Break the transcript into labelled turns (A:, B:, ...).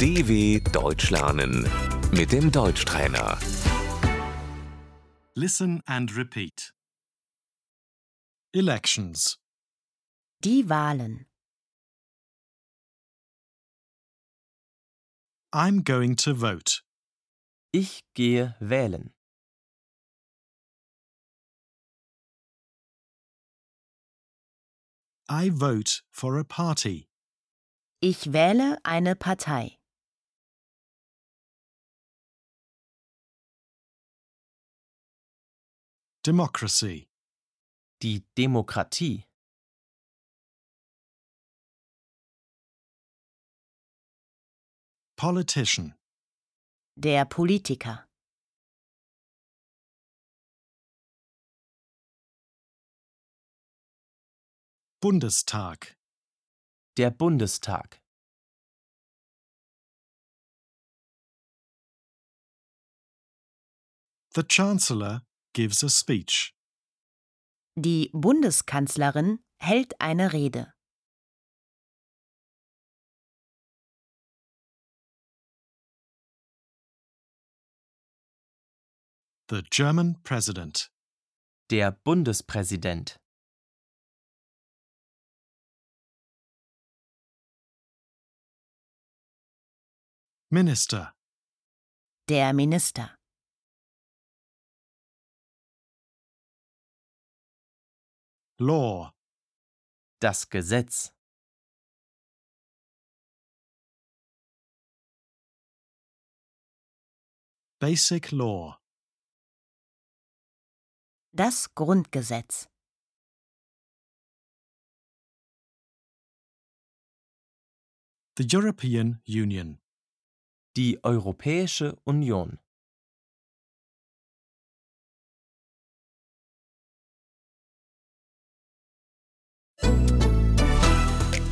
A: DW Deutsch lernen mit dem Deutschtrainer.
B: Listen and repeat. Elections,
C: Die Wahlen.
B: I'm going to vote.
D: Ich gehe wählen.
B: I vote for a party.
C: Ich wähle eine Partei.
B: Democracy,
D: Die Demokratie.
B: politician,
C: Der Politiker.
B: Bundestag,
D: Der Bundestag.
B: the Chancellor gives a speech.
C: Die Bundeskanzlerin hält eine Rede.
B: The German President,
D: Der Bundespräsident.
B: Minister,
C: Der Minister.
B: Law,
D: Das Gesetz.
B: Basic Law,
C: Das Grundgesetz.
B: the European Union,
D: Die Europäische Union.